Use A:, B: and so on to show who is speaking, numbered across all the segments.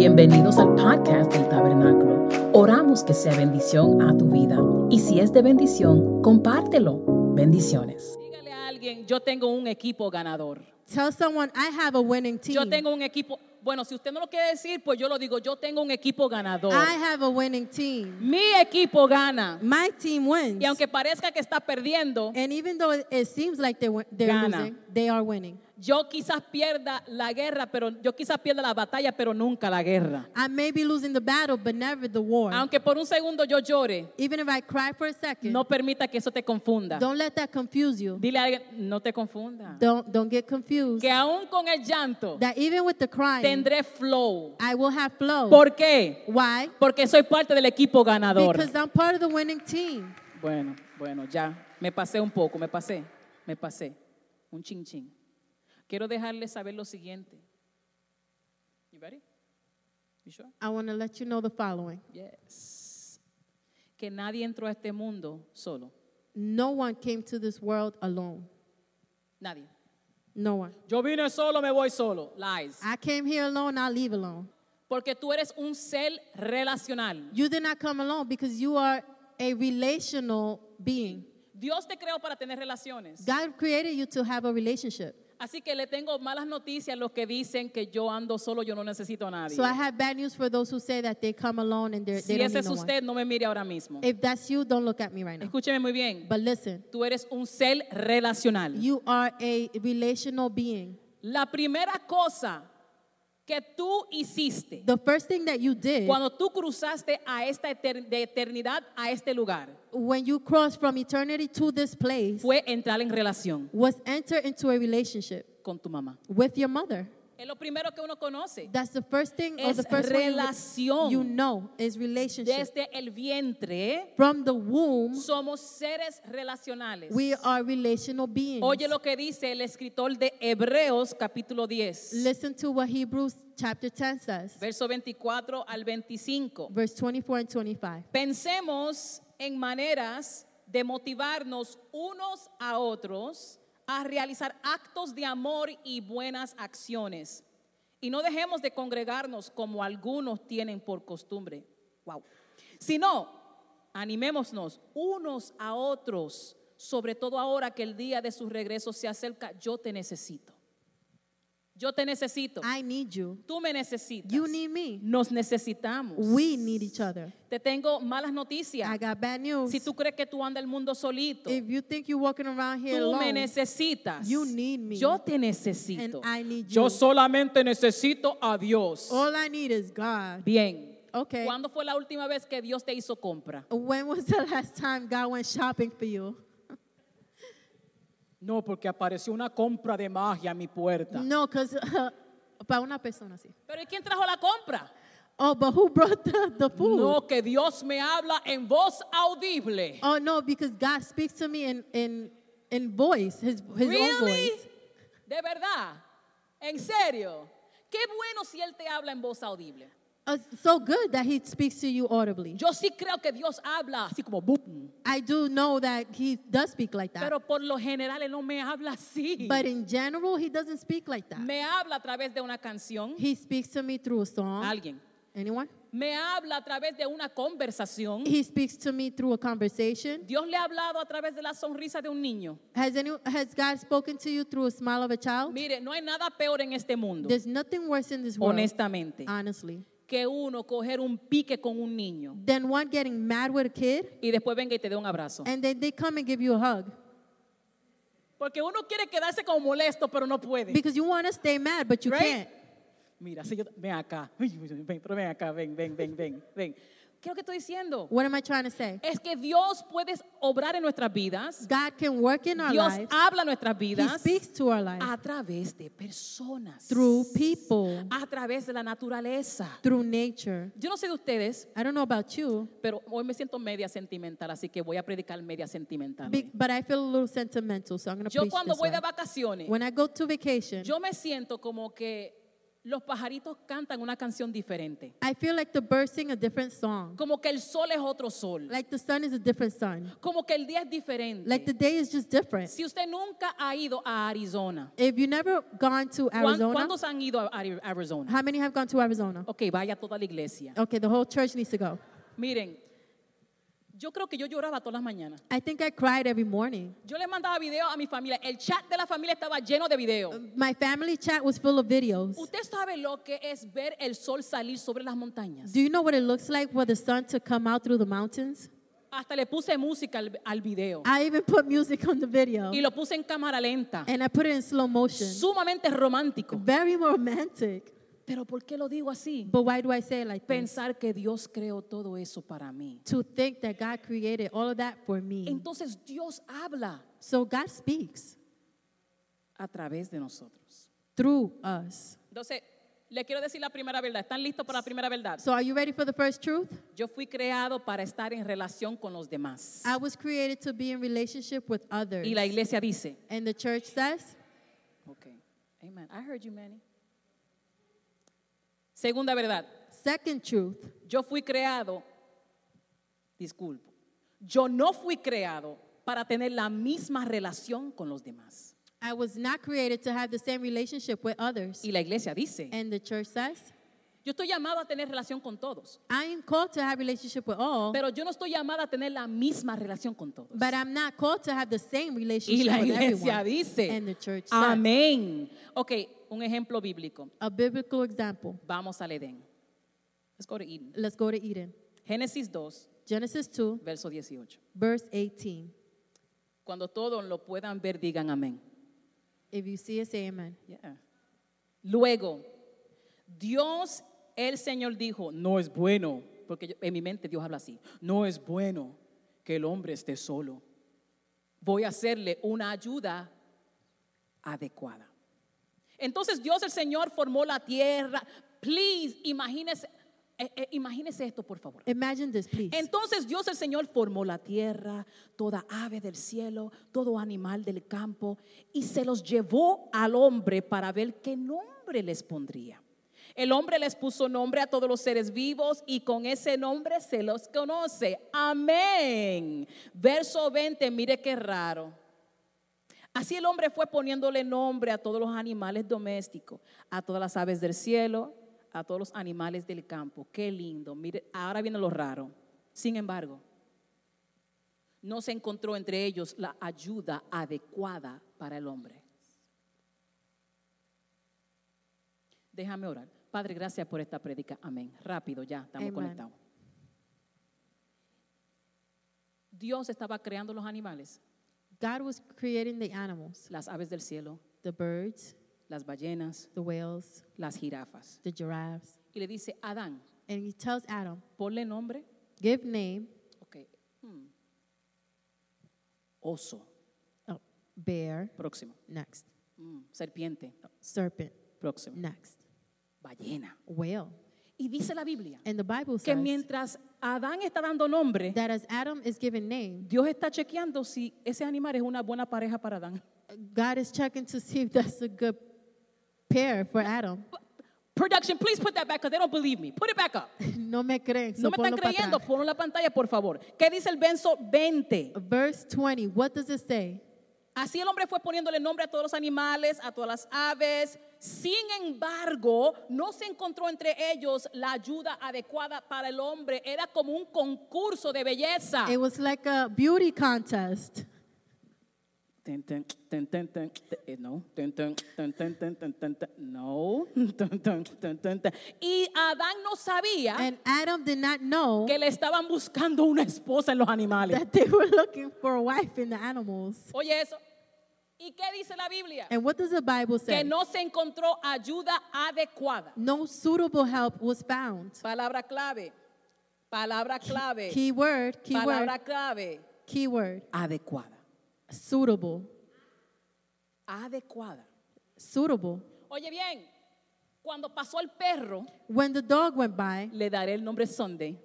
A: Bienvenidos al podcast del Tabernáculo. Oramos que sea bendición a tu vida y si es de bendición, compártelo. Bendiciones.
B: Dígale a alguien, yo tengo un equipo ganador.
C: Tell someone, I have a winning team.
B: Yo tengo un equipo, bueno, si usted no lo quiere decir, pues yo lo digo, yo tengo un equipo ganador.
C: I have a winning team.
B: Mi equipo gana.
C: My team wins.
B: Y aunque parezca que está perdiendo,
C: and even though it, it seems like they, win- they're
B: Gana.
C: losing, they are winning.
B: yo quizás pierda la guerra, pero yo quizás pierda la batalla, pero nunca la guerra.
C: I may be losing the battle, but never the war.
B: Aunque por un segundo yo llore,
C: even if I cry for a second,
B: no permita que eso te confunda.
C: don't let that confuse you.
B: Dile a alguien, no te confunda.
C: Don't, don't get confused.
B: Que aún con el llanto
C: that even with the crying,
B: tendré flow.
C: I will have flow.
B: ¿Por qué?
C: Why?
B: Porque soy parte del equipo ganador.
C: Because I'm part of the winning team.
B: Bueno, bueno, ya. Me pasé un poco, me pasé, me pasé. Un chin chin. Quiero dejarles saber lo siguiente. You ready? You sure?
C: I want to let you know the following.
B: Yes. Que nadie entró a este mundo solo.
C: No one came to this world alone.
B: Nadie.
C: No one.
B: Yo vine solo, me voy solo. Lies.
C: I came here alone, I'll leave alone.
B: Porque tú eres un ser relacional.
C: You did not come alone because you are a relational being.
B: Dios te creó para tener relaciones.
C: God created you to have a relationship.
B: Así que le tengo malas noticias a los que dicen que yo ando solo, yo no necesito a nadie.
C: So I have bad news for those who say that they come alone and they're,
B: Si
C: they don't
B: ese
C: need
B: es
C: no one.
B: usted, no me mire ahora mismo.
C: If that's you, don't look at me right now.
B: Escúcheme muy bien.
C: But listen,
B: Tú eres un ser relacional.
C: you are a relational being.
B: La primera cosa que tú hiciste
C: The first thing that you did
B: cuando tú cruzaste a esta eter- de eternidad a este lugar
C: when you crossed from eternity to this place
B: fue entrar en relación
C: was enter into a relationship
B: con tu mamá.
C: with your mother.
B: Es lo primero que uno conoce.
C: That's the first thing or
B: Es
C: the first way you-
B: relación.
C: you know is relationship.
B: Desde el vientre
C: From the womb,
B: somos seres relacionales.
C: we are relational beings.
B: Oye lo que dice el escritor de Hebreos capítulo 10,
C: Listen to what Hebrews chapter 10 says,
B: verso 24 al 25.
C: verse 24 and 25.
B: Pensemos en maneras de motivarnos unos a otros a realizar actos de amor y buenas acciones. Y no dejemos de congregarnos como algunos tienen por costumbre. Wow. Sino, animémonos unos a otros, sobre todo ahora que el día de su regreso se acerca. Yo te necesito. Yo te necesito.
C: I need you.
B: Tú me necesitas.
C: You need me.
B: Nos necesitamos.
C: We need each other.
B: Te tengo malas noticias.
C: I got bad news.
B: Si tú crees que tú andas el mundo solito,
C: If you think you're walking around here
B: tú me
C: alone,
B: necesitas.
C: You need me.
B: Yo te necesito.
C: And I need
B: Yo
C: you.
B: solamente necesito a Dios.
C: all I need is God.
B: Bien.
C: Okay.
B: ¿Cuándo fue la última vez que Dios te hizo compra?
C: When was the last time God went shopping for you?
B: No, porque apareció una compra de magia a mi puerta.
C: No, because para una persona sí.
B: Mm. Pero ¿y quién trajo la compra?
C: Oh, but who brought the, the food?
B: No, que Dios me habla en voz audible.
C: Oh no, because God speaks to me in in in voice, his Oh, his own
B: Really?
C: voice.
B: De verdad. En serio. Qué bueno si él te habla en voz audible.
C: Uh, so good that he speaks to you audibly.
B: Yo sí creo que Dios habla así como boom.
C: I do know that he does speak like that.
B: Pero por lo general él no me habla así.
C: but in general, he doesn't speak like that.
B: me habla a través de una canción.
C: He speaks to me through a song.
B: Alguien.
C: Anyone?
B: Me habla a través de una conversación.
C: He speaks to me through a conversation.
B: Dios le ha hablado a través de la sonrisa de un niño.
C: Has any has God spoken to you through a smile of a child?
B: Mire, no hay nada peor en este mundo,
C: There's nothing worse in this world, Ah.
B: honestamente,
C: honestly,
B: que uno coger un pique con un niño
C: than one getting mad with a kid
B: y después venga y te dé un abrazo.
C: and then they come and give you a hug
B: Porque uno quiere quedarse como molesto, pero no puede.
C: because you want to stay mad, but you
B: Right?
C: can't.
B: Mira, si yo, ven acá. Ay, Ven, pero ven acá, ven, ven, ven, ven, ven. ¿Qué es lo que estoy diciendo?
C: What am I trying to say?
B: Es que Dios puede obrar en nuestras vidas.
C: God can work in our
B: Dios
C: lives.
B: habla en nuestras
C: He
B: vidas
C: speaks to our lives
B: a través de personas,
C: through people,
B: a través de la naturaleza.
C: through nature.
B: Yo no sé de ustedes,
C: I don't know about you,
B: pero hoy me siento media sentimental, así que voy a predicar media sentimental.
C: be- but I feel a little sentimental, so I'm going to
B: Yo
C: preach
B: cuando
C: this
B: voy de
C: way.
B: vacaciones,
C: When I go to vacation,
B: yo me siento como que los pajaritos cantan una canción diferente.
C: I feel like the birds sing a different song.
B: Como que el sol es otro sol.
C: Like the sun is a different sun.
B: Como que el día es diferente.
C: Like the day is just different.
B: si usted nunca ha ido a Arizona,
C: If you never gone to
B: ¿cuán-
C: Arizona,
B: ¿cuántos han ido a Ari- Arizona?
C: how many have gone to Arizona?
B: Ok, vaya toda la iglesia.
C: Okay, the whole church needs to go.
B: Miren, yo creo que yo lloraba todas las mañanas.
C: I think I cried every morning.
B: Yo le mandaba videos a mi familia. El chat de la familia estaba lleno de videos.
C: My family chat was full of videos.
B: Usted sabe lo que es ver el sol salir sobre las montañas.
C: Do you know what it looks like for the sun to come out through the mountains?
B: Hasta le puse música al, al video
C: I even put music on the video
B: y lo puse en cámara lenta.
C: and I put it in slow motion.
B: Sumamente romántico.
C: Very romantic.
B: Pero ¿por qué lo digo así?
C: But why do I say it like this?
B: Pensar que Dios creó todo eso para mí.
C: To think that God created all of that for me.
B: Entonces Dios habla
C: So God speaks
B: a través de nosotros.
C: through us.
B: Entonces, le quiero decir la primera verdad. ¿Están listos para la primera verdad?
C: So are you ready for the first truth?
B: Yo fui creado para estar en relación con los demás.
C: I was created to be in relationship with others.
B: Y la iglesia dice,
C: And the church says,
B: okay, amen. I heard you, Manny. Segunda verdad,
C: second truth,
B: yo fui creado, disculpo, yo no fui creado para tener la misma relación con los demás.
C: I was not created to have the same relationship with others.
B: Y la iglesia dice,
C: And the church says,
B: yo estoy llamado a tener relación con todos,
C: I am called to have relationship with all,
B: pero yo no estoy llamada a tener la misma relación con todos.
C: but I'm not called to have the same
B: Y
C: relationship
B: la
C: with
B: iglesia
C: everyone. And the
B: dice,
C: church says,
B: amén. Ok, un ejemplo bíblico.
C: a biblical example.
B: Vamos al Edén. Let's go to Eden.
C: Let's go to Eden.
B: Génesis 2,
C: Genesis 2,
B: verso 18.
C: verse 18.
B: Cuando todos lo puedan ver, digan amén.
C: If you see it, say amen.
B: Yeah. Luego, Dios, el Señor dijo, no es bueno, porque yo- en mi mente Dios habla así, no es bueno que el hombre esté solo. Voy a hacerle una ayuda adecuada. Entonces Dios, el Señor, formó la tierra. Please, imagínese, eh, eh, imagínese esto, por favor.
C: Imagine this, please.
B: Entonces Dios el Señor formó la tierra, toda ave del cielo, todo animal del campo, y se los llevó al hombre para ver qué nombre les pondría. El hombre les puso nombre a todos los seres vivos y con ese nombre se los conoce. Amén. Verso 20, mire qué raro. Así el hombre fue poniéndole nombre a todos los animales domésticos, a todas las aves del cielo, a todos los animales del campo. Qué lindo. Mire, ahora viene lo raro. Sin embargo, no se encontró entre ellos la ayuda adecuada para el hombre. Déjame orar. Padre, gracias por esta prédica. Amén. Rápido, ya estamos
C: Amen.
B: conectados. Dios estaba creando los animales,
C: God was creating the animals,
B: las aves del cielo,
C: the birds,
B: las ballenas,
C: the whales,
B: las jirafas.
C: the giraffes.
B: Y le dice, Adán,
C: And he tells Adam,
B: ponle nombre,
C: give name,
B: ok, hmm, oso,
C: oh, bear,
B: próximo,
C: next.
B: hmm, serpiente,
C: Serpent,
B: próximo,
C: next.
B: ballena.
C: Whale.
B: Y dice la Biblia
C: And the Bible
B: que
C: says
B: mientras Adán está dando nombre,
C: that as Adam is given name,
B: Dios está chequeando si ese animal es una buena pareja para Adán.
C: God is checking to see if that's a good pair for Adam.
B: Production, please put that back because they don't believe me. Put it back up.
C: no me creen.
B: No
C: So
B: me están
C: ponlo pa'
B: creyendo.
C: atrás.
B: Ponlo en la pantalla, por favor. ¿Qué dice el verso 20?
C: Verse 20, what does it say?
B: Así el hombre fue poniéndole nombre a todos los animales, a todas las aves. Sin embargo, no se encontró entre ellos la ayuda adecuada para el hombre. Era como un concurso de belleza.
C: It was like a beauty contest.
B: Ten, ten, ten, ten, ten, ten, eh, No, ten, ten, ten, ten, ten, ten, ten, ten, no. Ten, ten, ten, ten, ten. Y Adán no sabía
C: And Adam did not know
B: que le estaban buscando una esposa en los animales.
C: that they were looking for a wife in the animals.
B: Oye eso. ¿Y qué dice la Biblia?
C: And what does the Bible
B: Que
C: say?
B: no se encontró ayuda adecuada.
C: No suitable help was found.
B: Palabra clave. Palabra clave.
C: Key word, key word,
B: palabra clave.
C: key word.
B: Adecuada.
C: Suitable.
B: Adecuada.
C: Suitable.
B: Oye bien, cuando pasó el perro,
C: When the dog went by,
B: le daré el nombre Sunday.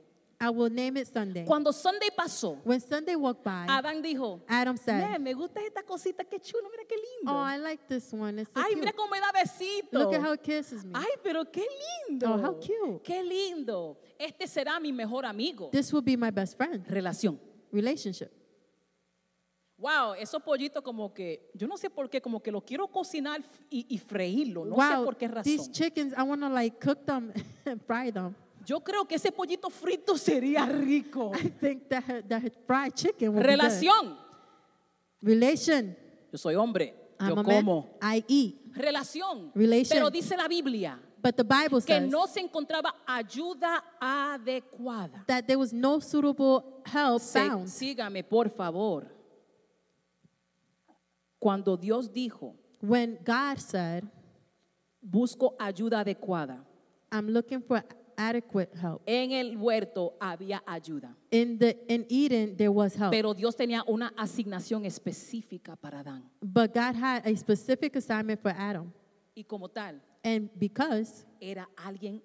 C: I will name it Sunday.
B: Cuando Ah, Sunday pasó,
C: When Sunday walked by,
B: Adán dijo,
C: Adam
B: "Mira,
C: said,
B: me gusta esta cosita, qué chulo, mira qué
C: Oh,
B: lindo.
C: I like this one. It's so
B: Ay,
C: cute.
B: mira cómo me da besito.
C: Look at how it kisses me.
B: Ay, pero qué lindo.
C: Oh, how cute.
B: Qué lindo. Este será mi mejor amigo.
C: This will be my best friend.
B: Relación.
C: Relationship.
B: Wow, esos pollitos como que, yo no sé por qué, como que lo quiero cocinar y, y freírlo, no sé
C: wow.
B: por qué
C: These
B: razón.
C: chickens, I want to like cook them and fry them.
B: Yo creo que ese pollito frito sería rico.
C: I think that her, that her fried chicken will
B: Relación.
C: be good. Relation.
B: Yo soy hombre,
C: I'm
B: yo
C: a man.
B: como.
C: I eat.
B: Relación.
C: Relation.
B: Pero dice la Biblia
C: But the Bible
B: que
C: says
B: no se encontraba ayuda adecuada.
C: that there was no suitable help
B: Se-
C: found.
B: sígame, por favor. Cuando Dios dijo,
C: When God said,
B: busco ayuda adecuada,
C: I'm looking for adequate help.
B: en el huerto había ayuda.
C: In the in Eden there was help.
B: Pero Dios tenía una asignación específica para Adán.
C: but God had a specific assignment for Adam.
B: Y como tal,
C: And because
B: era alguien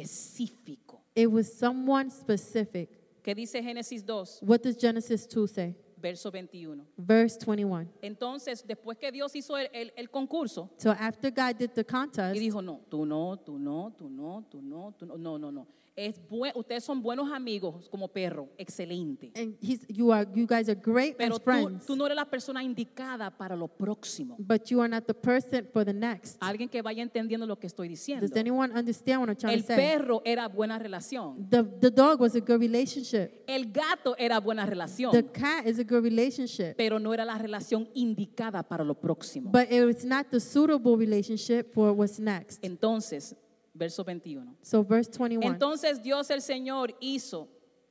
B: específico.
C: it was someone specific.
B: ¿Qué dice Génesis 2,
C: What does Genesis 2 say?
B: verso 21?
C: Verse 21.
B: Entonces, después que Dios hizo el, el- el concurso,
C: So after God did the contest,
B: y dijo, no, tú no, tú no, tú no, tú no, tú no, no, no, no. Es bue- ustedes son buenos amigos como perro, excelente.
C: and he's, you are you guys are great
B: Pero
C: as
B: tú,
C: friends,
B: tú no eres la persona indicada para lo próximo.
C: but you are not the person for the next.
B: Alguien que vaya entendiendo lo que estoy diciendo.
C: Does anyone understand what I'm trying
B: El
C: to say?
B: perro era buena relación.
C: The the dog was a good relationship.
B: El gato era buena relación.
C: The cat is a good relationship,
B: pero no era la relación indicada para lo próximo.
C: but it was not the suitable relationship for what's next.
B: Entonces, verso 21.
C: So verse 21.
B: Entonces Dios el Señor hizo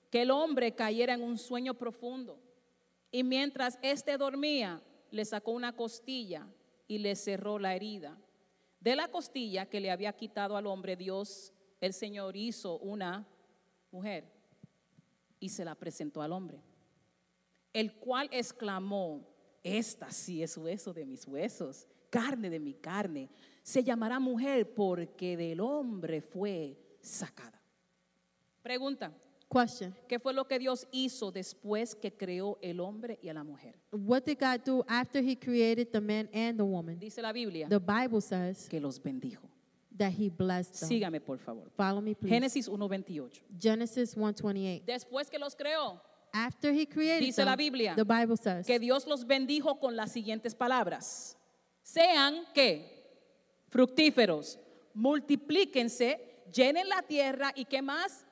B: que el hombre cayera en un sueño profundo y mientras éste dormía le sacó una costilla y le cerró la herida. De la costilla que le había quitado al hombre Dios el Señor hizo una mujer y se la presentó al hombre, el cual exclamó, esta sí es hueso de mis huesos, carne de mi carne, se llamará mujer porque del hombre fue sacada. Pregunta,
C: Question.
B: ¿qué fue lo que Dios hizo después que creó el hombre y a la mujer?
C: What did God do after he created the man and the woman?
B: Dice la Biblia
C: The Bible says
B: que los bendijo.
C: that he blessed them.
B: Sígame, por favor.
C: Follow me please.
B: Génesis 1.28.
C: Genesis 1:28.
B: Después que los creó,
C: After he created
B: Dice la
C: them,
B: Biblia
C: the Bible says
B: que Dios los bendijo con las siguientes palabras. Sean que fructíferos, multiplíquense, llenen la tierra y qué más?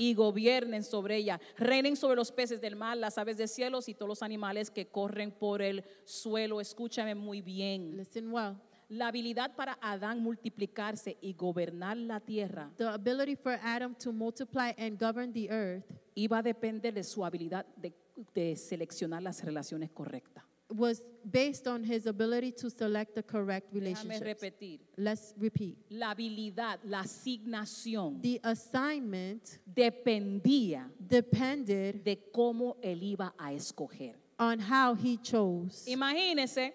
B: Y gobiernen sobre ella, reinen sobre los peces del mar, las aves del cielo y todos los animales que corren por el suelo. Escúchame muy bien.
C: listen well.
B: La habilidad para Adán multiplicarse y gobernar la tierra
C: The ability for Adam to multiply and govern the earth
B: iba a depender de su habilidad de, de seleccionar las relaciones correctas.
C: was based on his ability to select the correct
B: Déjame
C: relationships.
B: repetir.
C: Let's repeat.
B: la habilidad, la asignación
C: The assignment
B: dependía
C: depended
B: de cómo él iba a escoger.
C: on how he chose.
B: Imagínese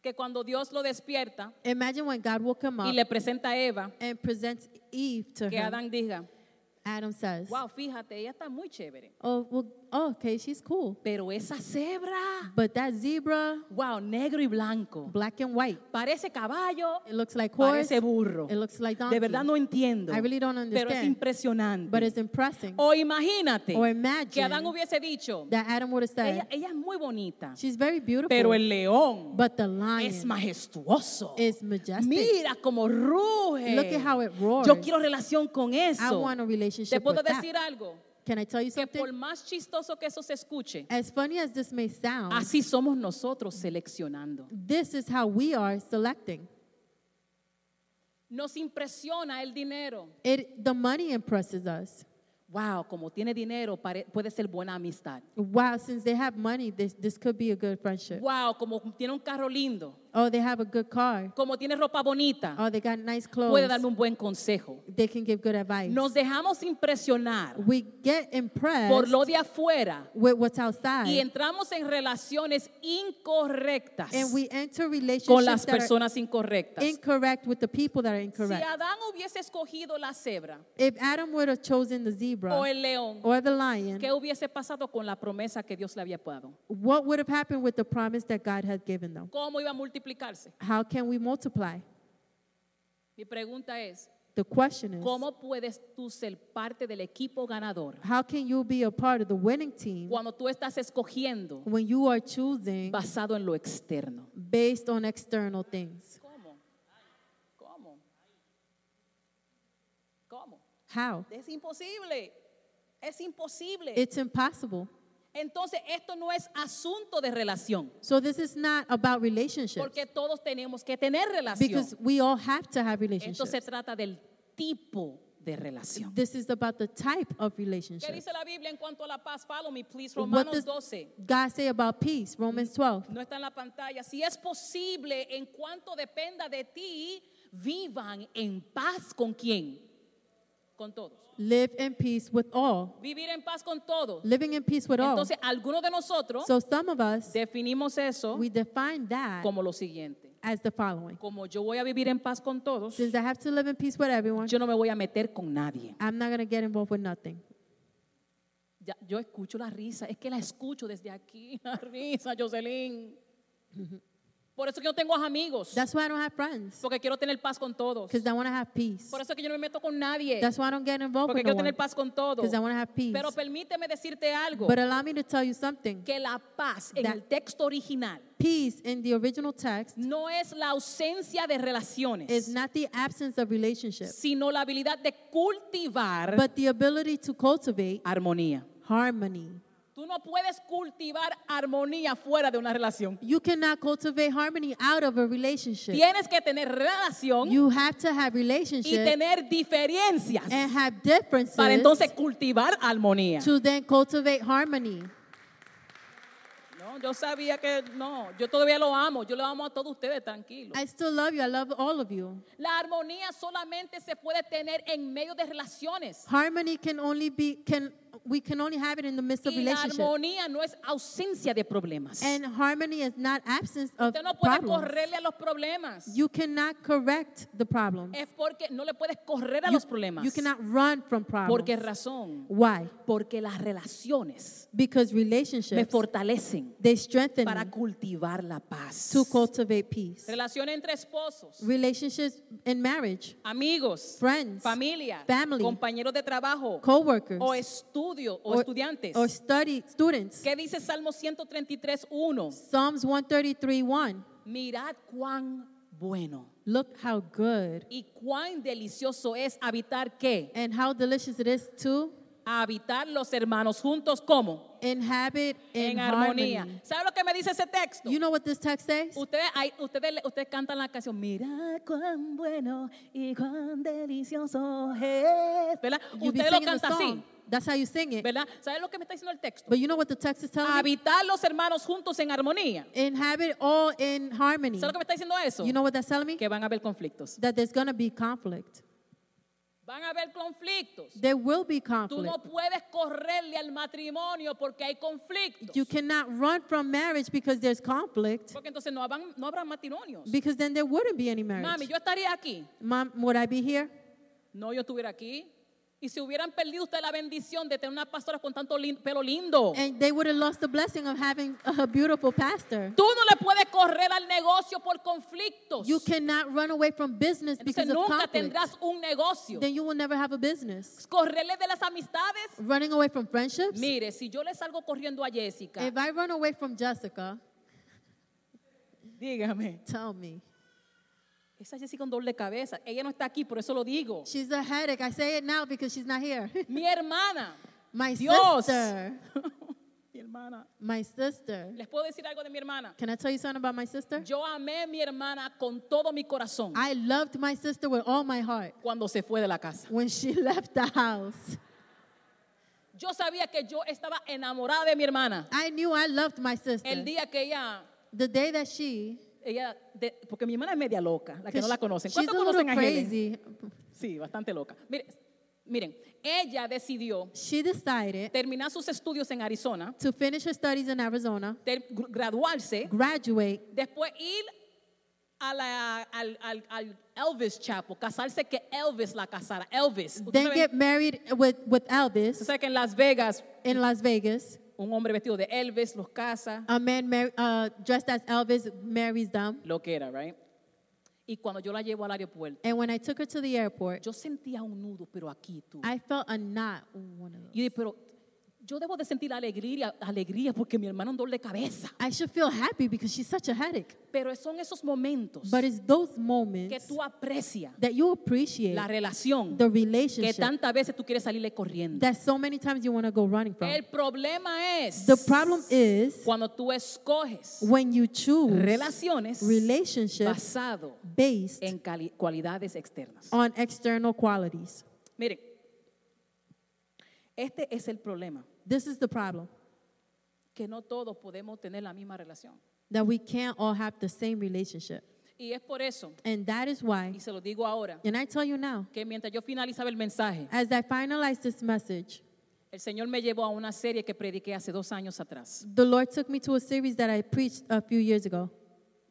B: que cuando Dios lo despierta
C: Imagine when God woke him
B: y
C: up
B: le presenta a Eva,
C: and presents Eve to
B: que
C: her.
B: Adán diga,
C: Adam says,
B: wow, fíjate, ella está muy chévere,
C: "Oh, well, oh, okay, she's cool,
B: pero esa cebra,
C: but that zebra,
B: wow, negro y blanco,
C: black and white,
B: parece caballo,
C: it looks like horse,
B: parece burro.
C: it looks like
B: De
C: donkey,
B: verdad no entiendo,
C: I really don't
B: pero es
C: understand. but
B: impresionante.
C: it's impressing."
B: O imagínate
C: Or imagine
B: que Adán hubiese dicho,
C: That Adam would have said,
B: ella, ella es muy bonita,
C: "She's very beautiful,
B: pero el león
C: but the lion
B: es majestuoso.
C: is majestic.
B: Mira cómo ruge.
C: Look at how it roars.
B: Yo quiero relación con
C: I
B: eso.
C: want a relationship
B: Te puedo
C: with that."
B: decir algo,
C: Can I tell you
B: que por
C: something?
B: más chistoso que eso se escuche,
C: As funny as this may sound,
B: así somos nosotros seleccionando.
C: this is how we are selecting.
B: Nos impresiona el dinero.
C: It, the money impresses us.
B: Wow, como tiene dinero pare- puede ser buena amistad.
C: Wow, since they have money, this, this could be a good friendship.
B: Wow, como tiene un carro lindo
C: Oh, they have a good car.
B: como tiene ropa bonita,
C: Oh, they got nice
B: puede
C: clothes.
B: darme un buen consejo.
C: They can give good advice.
B: Nos dejamos impresionar
C: We get impressed
B: por lo de afuera
C: with what's outside.
B: y entramos en relaciones incorrectas
C: and we enter relationships
B: con las
C: that
B: personas
C: are
B: incorrectas.
C: incorrect with the people that are
B: Si
C: incorrect.
B: Adán hubiese escogido la cebra
C: if Adam would have chosen the zebra
B: o el león,
C: or the lion,
B: ¿qué hubiese pasado con la promesa que Dios le había dado?
C: what would have happened with the promise that God had given them?
B: ¿Cómo iba a multiplicarse?
C: How can we multiply?
B: Mi pregunta es,
C: The question is,
B: ¿cómo puedes tú ser parte del equipo ganador
C: how can you be a part of the winning team
B: cuando tú estás escogiendo
C: when you are choosing
B: basado en lo externo?
C: based on external things?
B: ¿Cómo? ¿Cómo? ¿Cómo?
C: How?
B: Es imposible. Es imposible.
C: It's impossible.
B: Entonces, esto no es asunto de relación,
C: So this is not about relationships
B: porque todos tenemos que tener relación.
C: because we all have to have
B: Esto
C: relationships.
B: se trata del tipo de relación.
C: This is about the type of
B: ¿Qué
C: relationship.
B: dice la Biblia en cuanto a la paz? Follow me, please.
C: What
B: Romanos
C: does
B: 12.
C: God say about peace? Romans 12.
B: No está en la pantalla. Si es posible, en cuanto dependa de ti, vivan en paz con quién? Con todos.
C: Live in peace with all.
B: Vivir en paz con todos.
C: Living in peace with all.
B: Entonces, algunos de nosotros
C: So some of us,
B: definimos eso
C: we define that
B: como lo siguiente.
C: as the following.
B: Como yo voy a vivir en paz con todos,
C: Since I have to live in peace with everyone,
B: yo no me voy a meter con nadie.
C: I'm not going to get involved with nothing.
B: Ya, yo escucho la risa, es que la escucho desde aquí, la risa, Jocelyn. Por eso que yo tengo amigos,
C: That's why I don't have friends
B: porque quiero tener paz con todos.
C: because I want to have peace.
B: Por eso que yo no me meto con nadie,
C: That's why I don't get involved
B: porque
C: with
B: quiero tener
C: no
B: paz con todos.
C: because I want to have peace.
B: Pero permíteme decirte algo,
C: But allow me to tell you something.
B: que la paz en
C: That-
B: el texto original
C: Peace in the original text
B: no es la ausencia de
C: is
B: relaciones,
C: not the absence of relationship,
B: sino la habilidad de cultivar
C: but the ability to cultivate
B: armonía.
C: harmony.
B: Tú no puedes cultivar armonía fuera de una relación.
C: You cannot cultivate harmony out of a relationship.
B: Tienes que tener relación
C: You have to have
B: y
C: relationship
B: tener diferencias
C: and have differences
B: para entonces cultivar armonía.
C: to then cultivate harmony.
B: No, yo sabía que no, yo todavía lo amo, yo lo amo a todos ustedes, tranquilo.
C: I still love you. I love all of you.
B: La armonía solamente se puede tener en medio de relaciones.
C: Harmony can only be can we can only have it in the midst of
B: Y la
C: relationship.
B: armonía no es ausencia de problemas.
C: And harmony is not absence of
B: Usted no puede
C: problems.
B: correrle a los problemas.
C: You cannot correct the problem.
B: Es porque no le puedes correr a
C: You,
B: los problemas.
C: you cannot run from
B: ¿Por qué
C: problems.
B: razón?
C: Why?
B: Porque las relaciones
C: Because
B: me
C: relationships
B: fortalecen
C: they strengthen
B: para
C: me
B: cultivar la paz.
C: to cultivate peace.
B: Relaciones entre esposos,
C: Relationships in marriage,
B: amigos,
C: Friends,
B: familia,
C: family,
B: compañeros de trabajo,
C: coworkers,
B: o estudio o, estudiantes.
C: or study students.
B: ¿Qué dice Salmo 133, 1?
C: Psalms 133:1.
B: Mirad cuán bueno
C: Look how good
B: y cuán delicioso es habitar qué?
C: and how delicious it is to
B: Habitar los hermanos juntos, ¿cómo?
C: inhabit in
B: en armonía.
C: harmony.
B: ¿Sabe lo que me dice ese texto?
C: You know what this text says?
B: Ustedes, hay- ustedes, le- ustedes cantan la canción, mira cuán bueno y cuán delicioso es, ¿verdad?
C: You be
B: Ustedes lo
C: singing the
B: cantan así,
C: song. That's how you sing it.
B: ¿verdad? ¿Sabe lo que me está diciendo el texto?
C: But you know what the text is telling me?
B: Habitar los hermanos juntos en armonía.
C: Inhabit all in harmony.
B: ¿Sabe lo que me está diciendo eso?
C: You know what that's telling me?
B: que van a haber conflictos.
C: That there's going to be conflict.
B: Van a haber conflictos.
C: There will be
B: Tú
C: conflict.
B: no puedes correrle al matrimonio porque hay conflictos.
C: You cannot run from marriage because there's conflict,
B: Porque entonces no, habrán- no habrá matrimonios.
C: because then there wouldn't be any
B: Mami,
C: marriage.
B: yo estaría aquí.
C: Mom, would I be here?
B: No, yo estuviera aquí. Y si hubieran perdido usted la bendición de tener una pastora con tanto lin- pelo lindo.
C: And they would have lost the blessing of having a beautiful pastor.
B: Tú no le puedes correr al negocio por conflictos.
C: You cannot run away from business
B: Entonces
C: because of
B: nunca
C: conflict.
B: tendrás un negocio.
C: Then you will never have a business.
B: Correrle de las amistades.
C: Running away from friendships.
B: Mire, si yo le salgo corriendo a Jessica,
C: If I run away from Jessica,
B: dígame.
C: tell me.
B: Esa Jessica con doble cabeza. Ella no está aquí, por eso lo digo.
C: She's a headache. I say it now because she's not here.
B: Mi hermana.
C: My
B: Dios.
C: sister.
B: Mi hermana.
C: My sister.
B: Les puedo decir algo de mi hermana.
C: Can I tell you something about my sister?
B: Yo amé a mi hermana con todo mi corazón
C: I loved my sister with all my heart
B: cuando se fue de la casa.
C: when she left the house.
B: Yo sabía que yo estaba enamorada de mi hermana
C: I knew I loved my
B: el
C: sister.
B: día que ella
C: The day that she
B: ella de- porque mi hermana es media loca, la que no la conocen.
C: She's a
B: ¿Cuántos
C: little
B: conocen a Helen?
C: crazy.
B: Sí, bastante loca. Mire, miren, ella decidió
C: She decided
B: terminar sus estudios en Arizona,
C: to finish her studies in Arizona,
B: ter- gr- graduarse,
C: graduate,
B: después ir a la, al, al- al Elvis Chapel, casarse que Elvis la casara. Elvis. Usted
C: then
B: sabe-
C: get married with, with
B: usted
C: Elvis
B: sabe que en Las Vegas
C: in Las Vegas.
B: un hombre vestido de Elvis los casa,
C: A man mar- uh, dressed as Elvis marries them.
B: lo que era, right? Y cuando yo la llevo al aeropuerto,
C: And when I took her to the airport,
B: yo sentía un nudo, pero aquí tú.
C: I felt a knot. Ooh, one of those.
B: Y yo dije, pero yo debo de sentir alegría, alegría porque mi hermano es un dolor de cabeza.
C: I should feel happy because she's such a headache.
B: Pero son esos momentos
C: But it's those
B: que
C: moments
B: tú aprecias
C: that you appreciate
B: la relación
C: the
B: que
C: relationship
B: tantas veces tú quieres salirle corriendo.
C: that so many times you want to go running from.
B: El problema es
C: The problem is
B: cuando tú escoges
C: when you choose
B: relaciones
C: relationships
B: basado
C: based
B: en cali- cualidades externas.
C: on external qualities.
B: Miren, este es el problema,
C: This is the problem
B: que no todos podemos tener la misma relación.
C: that we can't all have the same relationship.
B: Y es por eso,
C: And that is why,
B: y se lo digo ahora,
C: and I tell you now,
B: que mientras yo finalizaba el mensaje,
C: as I finalize this message,
B: el Señor me llevó a una serie que prediqué hace dos años atrás.
C: the Lord took me to a series that I preached a few years ago.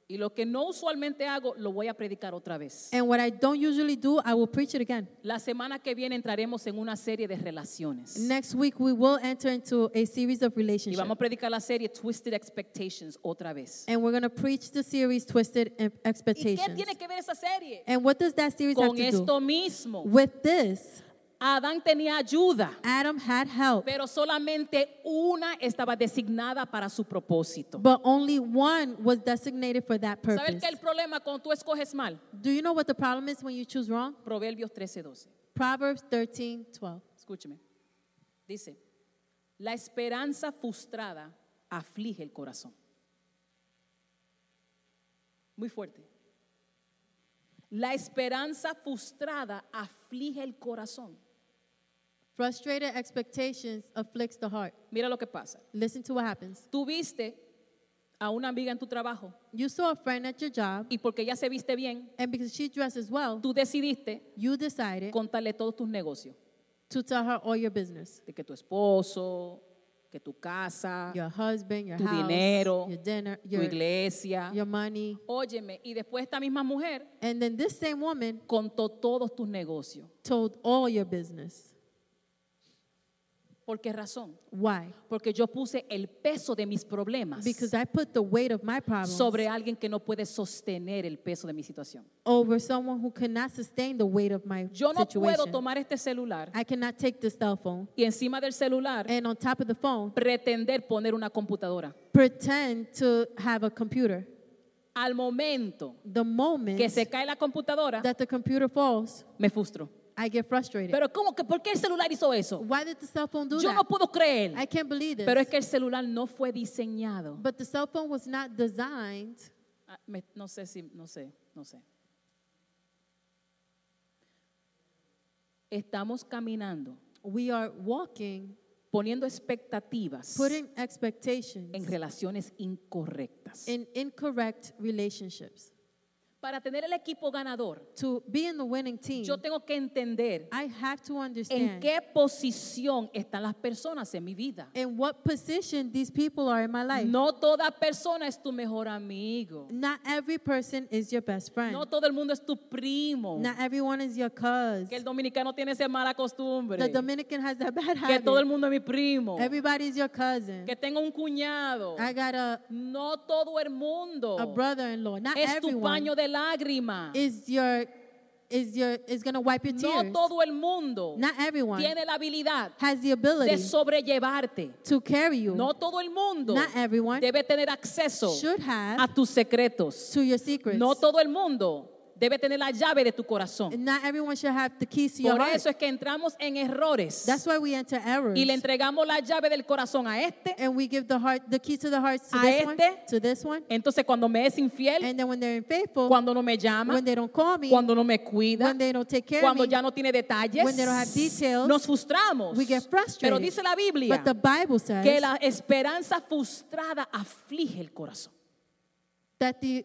B: Y lo que no usualmente hago, lo voy a predicar otra vez.
C: And what I don't usually do, I will preach it again.
B: La semana que viene entraremos en una serie de relaciones.
C: Next week, we will enter into a series of
B: Y
C: relationships.
B: vamos a predicar la serie Twisted Expectations otra vez.
C: And we're going to preach the series Twisted Em-
B: ¿Y qué
C: Expectations.
B: tiene que ver esa serie?
C: And what does that series have
B: Con
C: to do?
B: esto mismo.
C: With this,
B: Adán tenía ayuda.
C: Adam had help,
B: Pero solamente una estaba designada para su propósito.
C: but only one was designated for that
B: ¿Sabes
C: purpose.
B: qué es el problema cuando tú escoges mal?
C: Do you know what the problem is when you choose wrong?
B: Proverbios 13:12.
C: Proverbs 13, 12.
B: Escúcheme. Dice, la esperanza frustrada aflige el corazón. Muy fuerte. La esperanza frustrada aflige el corazón.
C: Frustrated expectations afflicts the heart.
B: Mira lo que pasa.
C: Listen to what happens.
B: Tú viste a una amiga en tu trabajo
C: You saw a friend at your job,
B: y porque ella se viste bien,
C: and because she dresses well,
B: tú decidiste
C: you decided
B: contarle todos tus negocios.
C: to tell her all your business
B: de que tu esposo, que tu casa,
C: your husband, your
B: tu
C: house,
B: dinero,
C: your dinner,
B: tu
C: your,
B: iglesia.
C: your money.
B: Óyeme, y después esta misma mujer
C: And then this same woman
B: contó todos tus negocios.
C: told all your business.
B: ¿Por qué razón?
C: Why?
B: Porque yo puse el peso de mis problemas
C: Because I put the weight of my problems
B: sobre alguien que no puede sostener el peso de mi situación.
C: over someone who cannot sustain the weight of my
B: Yo no puedo
C: situation.
B: tomar este celular
C: I cannot take this cell phone
B: y encima del celular
C: and on top of the phone
B: pretender poner una computadora.
C: pretend to have a computer.
B: Al momento
C: The moment
B: que se cae la computadora,
C: that the computer falls,
B: me frustro.
C: I get frustrated.
B: Pero ¿cómo que por qué el celular hizo eso?
C: Why did the cell phone do
B: Yo
C: that?
B: no puedo creer.
C: I can't believe this.
B: Pero es que el celular no fue diseñado.
C: but the cell phone was not designed.
B: Ah, me- no sé si, no sé, no sé. Estamos caminando,
C: We are walking,
B: poniendo expectativas
C: putting expectations
B: en relaciones incorrectas.
C: in incorrect relationships.
B: Para tener el equipo ganador,
C: To be in the winning team,
B: yo tengo que entender
C: I have to
B: en
C: understand
B: qué posición están las personas en mi vida.
C: in what position these people are in my life.
B: No toda persona es tu mejor amigo.
C: Not every person is your best friend.
B: No todo el mundo es tu primo.
C: Not everyone is your cousin.
B: Que el dominicano tiene esa mala costumbre.
C: The Dominican has that bad
B: Que
C: habit.
B: todo el mundo es mi primo.
C: Everybody's your cousin.
B: que tenga un cuñado.
C: I got a,
B: No todo el mundo
C: a brother-in-law. Not
B: es tu
C: everyone
B: paño de lágrimas.
C: is your is your is gonna wipe your
B: No
C: tears.
B: todo el mundo
C: Not everyone
B: tiene la habilidad
C: has the
B: de
C: ability
B: sobrellevarte.
C: to carry you.
B: No todo el mundo
C: Not everyone
B: debe tener acceso
C: should have
B: a tus secretos.
C: to your secrets.
B: No todo el mundo debe tener la llave de tu corazón.
C: And Not everyone should have the keys to your
B: Por
C: heart.
B: eso es que entramos en errores
C: That's why we enter errors.
B: y le entregamos la llave del corazón a este.
C: and we give the heart the keys to the hearts to
B: A
C: this one,
B: este.
C: to this one.
B: Entonces cuando me es infiel,
C: And then when they're unfaithful,
B: cuando no me llama,
C: when they don't call me,
B: cuando no me cuida,
C: when they don't take care
B: cuando
C: of me,
B: ya no tiene detalles,
C: when they don't have details,
B: nos frustramos.
C: we get frustrated.
B: Pero dice la Biblia
C: But the Bible says
B: que la esperanza frustrada aflige el corazón.
C: that the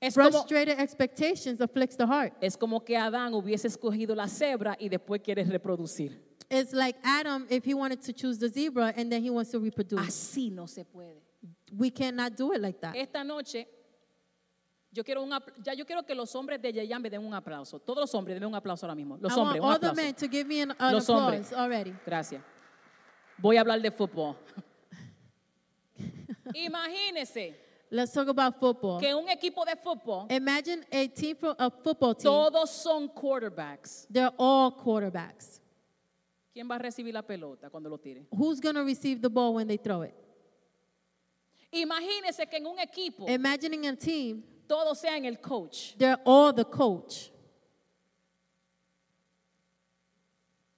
B: Es como,
C: Frustrated expectations afflicts the heart.
B: es como que Adán hubiese escogido la cebra y después quiere reproducir.
C: It's like Adam if he wanted to choose the zebra and then he wants to reproduce.
B: Así no se puede.
C: We cannot do it like that.
B: Esta noche yo quiero un apl- ya yo quiero que los hombres de Yeyam me den un aplauso. Todos los hombres denme un aplauso ahora mismo. Los
C: I
B: hombres,
C: want
B: un
C: all the
B: aplauso.
C: men to give me an, an
B: Los hombres.
C: applause already.
B: Gracias. Voy a hablar de fútbol. Imagínese
C: Let's talk about football.
B: que un equipo de fútbol
C: Imagine a team for a football team.
B: todos son quarterbacks.
C: They're all quarterbacks.
B: ¿Quién va a recibir la pelota cuando lo tire?
C: Who's going to receive the ball when they throw it?
B: Imagínese que en un equipo
C: Eh. Imagining a team,
B: todos sean el coach.
C: they're all the coach.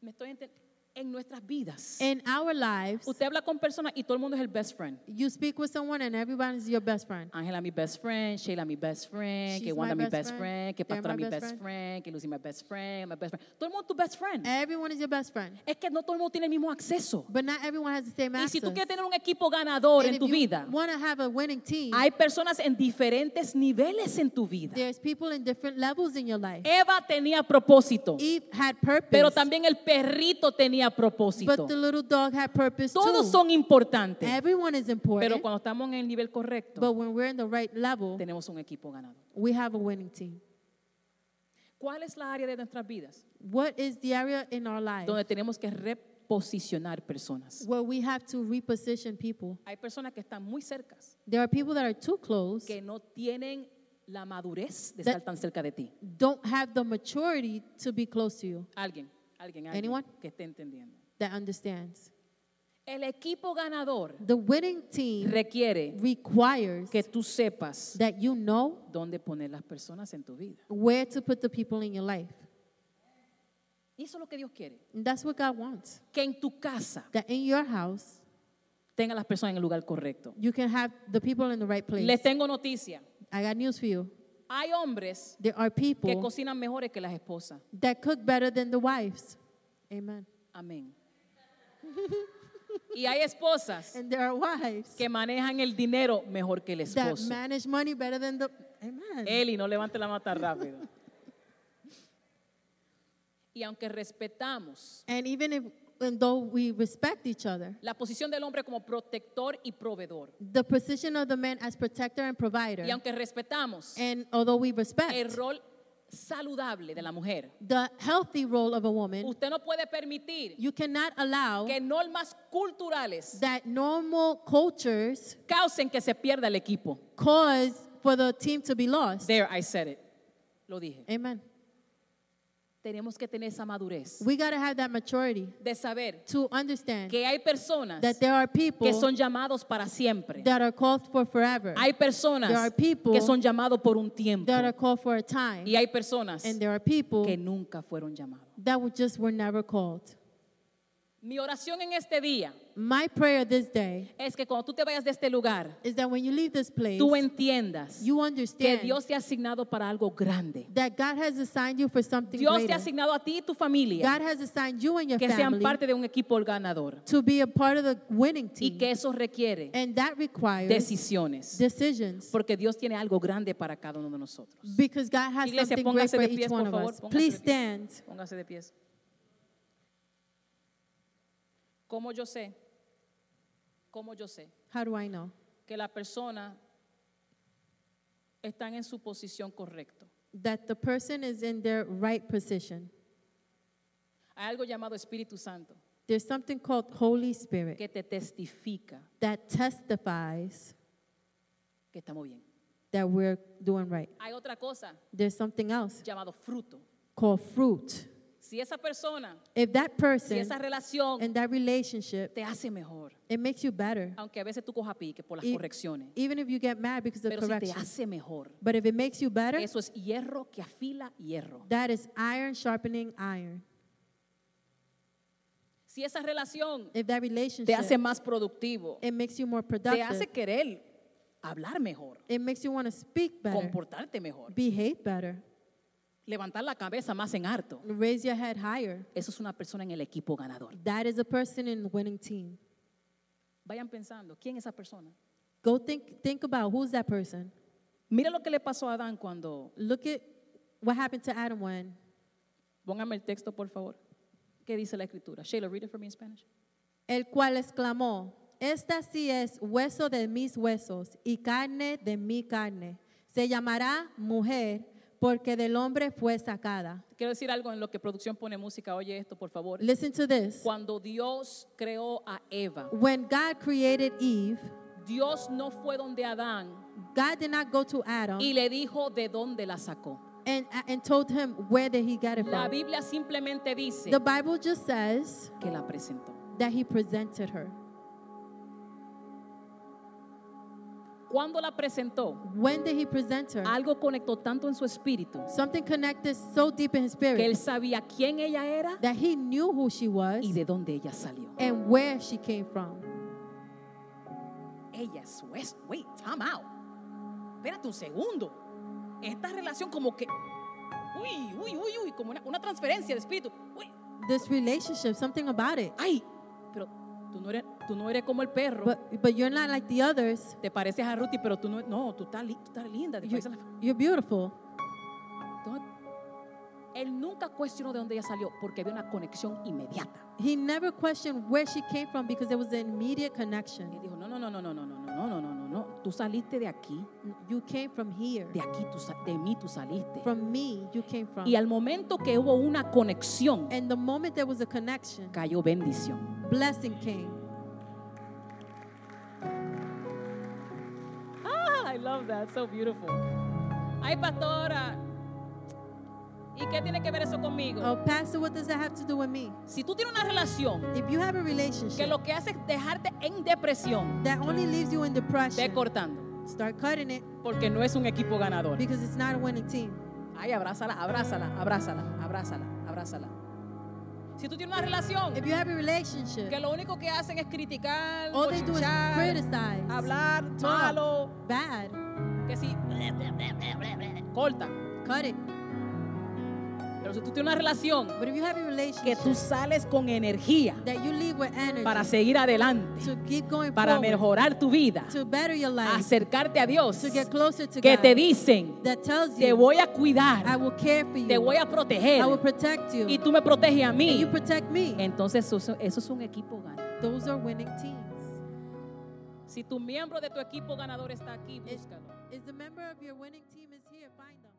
B: Me estoy enten- en nuestras vidas.
C: In our lives,
B: Usted habla con personas y todo el mundo es el best friend.
C: you speak with someone and everybody's your best friend.
B: Angela, mi best friend. Sheila, mi best friend. que
C: She's
B: Wanda,
C: my
B: mi best
C: best friend.
B: friend. Que
C: They're
B: Pastora,
C: my
B: mi
C: best
B: best
C: friend. Eh.
B: friend. Que Lucy, mi best friend. My best friend. Todo el mundo es tu best friend.
C: Everyone is your best friend,
B: Es que no todo el mundo tiene el mismo acceso.
C: but not everyone has the same
B: Y
C: access.
B: si tú quieres tener un equipo ganador en tu vida,
C: want to have a winning team,
B: hay personas en diferentes niveles en tu vida.
C: there's people in different levels in your life.
B: Eva tenía propósito,
C: Eve had purpose,
B: Eh, pero también el perrito tenía propósito.
C: pues. but the little dog had purpose
B: Todos
C: too.
B: son importantes,
C: Everyone is
B: pero
C: important,
B: cuando estamos en el nivel correcto,
C: but when we're in the right level,
B: tenemos un equipo ganador.
C: we have a winning team.
B: ¿Cuál es la área de nuestras vidas
C: What is the area in our life
B: donde tenemos que reposicionar personas?
C: where we have to reposition people?
B: Hay personas que están muy cerca,
C: There are people that are too close,
B: que no tienen la madurez de
C: That-
B: estar tan cerca de ti.
C: don't have the maturity to be close to you,
B: Alguien, alguien, alguien
C: Anyone?
B: que esté entendiendo.
C: that understands.
B: El equipo ganador
C: The winning team
B: requiere
C: requires
B: que tú sepas
C: that you know
B: dónde poner las personas en tu vida.
C: where to put the people in your life.
B: Y eso es lo que Dios quiere.
C: And that's what God wants.
B: Que en tu casa
C: That in your house,
B: tenga las personas en el lugar correcto.
C: you can have the people in the right place.
B: Les tengo noticia.
C: I got news for you.
B: Hay hombres
C: There are
B: que
C: people
B: cocinan mejores que las esposas.
C: that cook better than the wives. Amen.
B: Amén. Y hay esposas
C: And there are wives
B: que manejan el dinero mejor que el
C: that
B: esposo.
C: manage money better than the. Amen.
B: Eli, no levante la mata rápido. Y aunque respetamos
C: And even if, and though we respect each other,
B: la posición del hombre como protector y proveedor,
C: the position of the man as protector and provider,
B: y aunque respetamos
C: and although we respect
B: el rol saludable de la mujer.
C: the healthy role of a woman,
B: Usted no puede permitir
C: you cannot allow
B: que normas culturales
C: that normal cultures
B: causen que se pierda el equipo.
C: cause for the team to be lost.
B: There, I said it. Lo dije.
C: Amen.
B: Tenemos que tener esa madurez
C: We got to have that maturity
B: de saber
C: to understand
B: que hay personas
C: that there are people
B: que son llamados para siempre.
C: that are called for forever,
B: Hay personas
C: There are people
B: que son llamados por un tiempo.
C: that are called for a time,
B: Y hay personas
C: and there are people
B: que nunca fueron llamados.
C: that were just were never called.
B: Mi oración en este día
C: My prayer this day
B: es que cuando tú te vayas de este lugar,
C: is that when you leave this place,
B: tú entiendas
C: you
B: que
C: understand
B: Dios te ha asignado para algo grande.
C: that God has assigned you for something
B: Dios te
C: greater.
B: ha asignado a ti y tu familia
C: God has assigned you and your
B: que sean
C: family
B: parte de un equipo ganador
C: to be a part of the winning
B: y
C: team,
B: que eso requiere
C: and that requires
B: decisiones
C: decisions.
B: porque Dios tiene algo grande para cada uno de nosotros.
C: Because God has
B: Iglesia,
C: something great
B: póngase
C: for
B: de
C: each
B: pies,
C: one
B: por
C: of
B: favor.
C: us.
B: póngase
C: Please
B: de pies.
C: stand.
B: Póngase de pies. ¿Cómo yo sé? ¿Cómo yo sé
C: How do I know
B: que la persona están en su posición correcta?
C: that the person is in their right position?
B: Hay algo llamado Espíritu Santo
C: There's something called Holy Spirit
B: que te testifica
C: that testifies
B: que estamos bien.
C: that we're doing right.
B: Hay otra cosa
C: There's something else
B: llamado fruto.
C: called fruit.
B: Si esa persona,
C: If that
B: si
C: person
B: esa relación
C: and that relationship,
B: te hace mejor,
C: it makes you better.
B: aunque a veces tú cojas pique por las
C: E-
B: correcciones,
C: Even if you get mad because of
B: pero si te
C: correction.
B: hace mejor,
C: But if it makes you better,
B: eso es hierro que afila hierro.
C: that is iron sharpening iron.
B: Si esa relación
C: If that
B: te hace
C: relationship,
B: más productivo,
C: it makes you more
B: te hace
C: productive.
B: querer hablar mejor,
C: It makes you want to speak better,
B: comportarte mejor,
C: behave better,
B: levantar la cabeza más en harto.
C: raise your head higher.
B: Eso es una persona en el equipo ganador.
C: That is a person in the winning team.
B: Vayan pensando, ¿quién es esa persona?
C: Go think think about who's that person.
B: Mira lo que le pasó a Adán cuando,
C: Look at what happened to Adam when.
B: póngame el texto por favor, ¿qué dice la escritura? Sheila, read it for me in Spanish.
C: el cual exclamó, Esta sí es hueso de mis huesos y carne de mi carne. Se llamará mujer porque del hombre fue sacada.
B: Quiero decir algo en lo que producción pone música, oye esto por favor.
C: Listen to this.
B: Cuando Dios creó a Eva,
C: When God created Eve,
B: Dios no fue donde Adán
C: God did not go to Adam
B: y le dijo de dónde la sacó.
C: and, and told him where did he get it
B: La
C: from.
B: Biblia simplemente dice
C: The Bible just says
B: que la presentó.
C: that he presented her.
B: Cuando la presentó,
C: When did he present her?
B: algo conectó tanto en su espíritu
C: Something connected so deep in his
B: que él
C: spirit
B: sabía quién ella era
C: that he knew who she was
B: y de dónde ella salió.
C: and where she came from.
B: Ella es West. Wait, time out. Espérate un segundo. Esta relación como que. Uy, uy, uy, uy. Como una, una transferencia de espíritu. Uy,
C: this relationship, something about it.
B: ay. Pero tú no eres, tú no eres como el perro.
C: But but you're not like the others.
B: te pareces a Ruti, pero tú no. No, tú estás, li- tú estás linda. te
C: You,
B: pareces a la-
C: you're beautiful.
B: Tú no- él nunca cuestionó de dónde ella salió porque había una conexión inmediata.
C: He never questioned where she came from because there was an immediate
B: Y
C: connection.
B: dijo: No, no, no, no, no, no, no, no, no, no, no, no. Tú saliste de aquí.
C: You came from here.
B: De aquí tú, sa- de mí tú saliste.
C: From me, you came from.
B: Y al momento que hubo una conexión,
C: And the moment there was a connection,
B: cayó bendición.
C: blessing came.
B: Ah, I love that, so beautiful. Ay, pastora. ¿Y qué tiene que ver eso conmigo?
C: Oh, Pastor, what does that have to do with me?
B: Si tú tienes una relación
C: If you have a
B: que
C: relationship
B: lo que hace es dejarte en depresión,
C: that only leaves you in
B: ve
C: depression,
B: cortando,
C: start cutting it
B: porque no es un equipo ganador.
C: because it's not a winning team.
B: Ay, abrázala, abrázala, abrázala, abrázala, abrázala. Si tú tienes una relación
C: If you have a
B: que
C: relationship,
B: lo único que hacen es criticar,
C: all they do is
B: bochinchar,
C: criticize,
B: hablar malo,
C: bad,
B: que si corta.
C: cut it.
B: Pero si tú tienes una relación
C: But if you have a
B: que
C: relationship
B: tú sales con energía
C: that you leave with energy
B: para seguir adelante,
C: to keep going
B: para
C: forward,
B: mejorar tu vida,
C: to better your life,
B: acercarte a Dios,
C: to get closer to
B: que
C: God,
B: te dicen,
C: that tells
B: te
C: you,
B: voy a
C: I
B: cuidar,
C: will care for you,
B: te voy a proteger
C: I will protect you,
B: y tú me proteges a
C: and you
B: mí.
C: protect me.
B: Entonces eso, eso es un equipo ganador.
C: Those are winning teams.
B: Si tu miembro de tu equipo ganador está aquí,
C: Is,
B: búscalo.
C: is the member of your winning team is here, find them.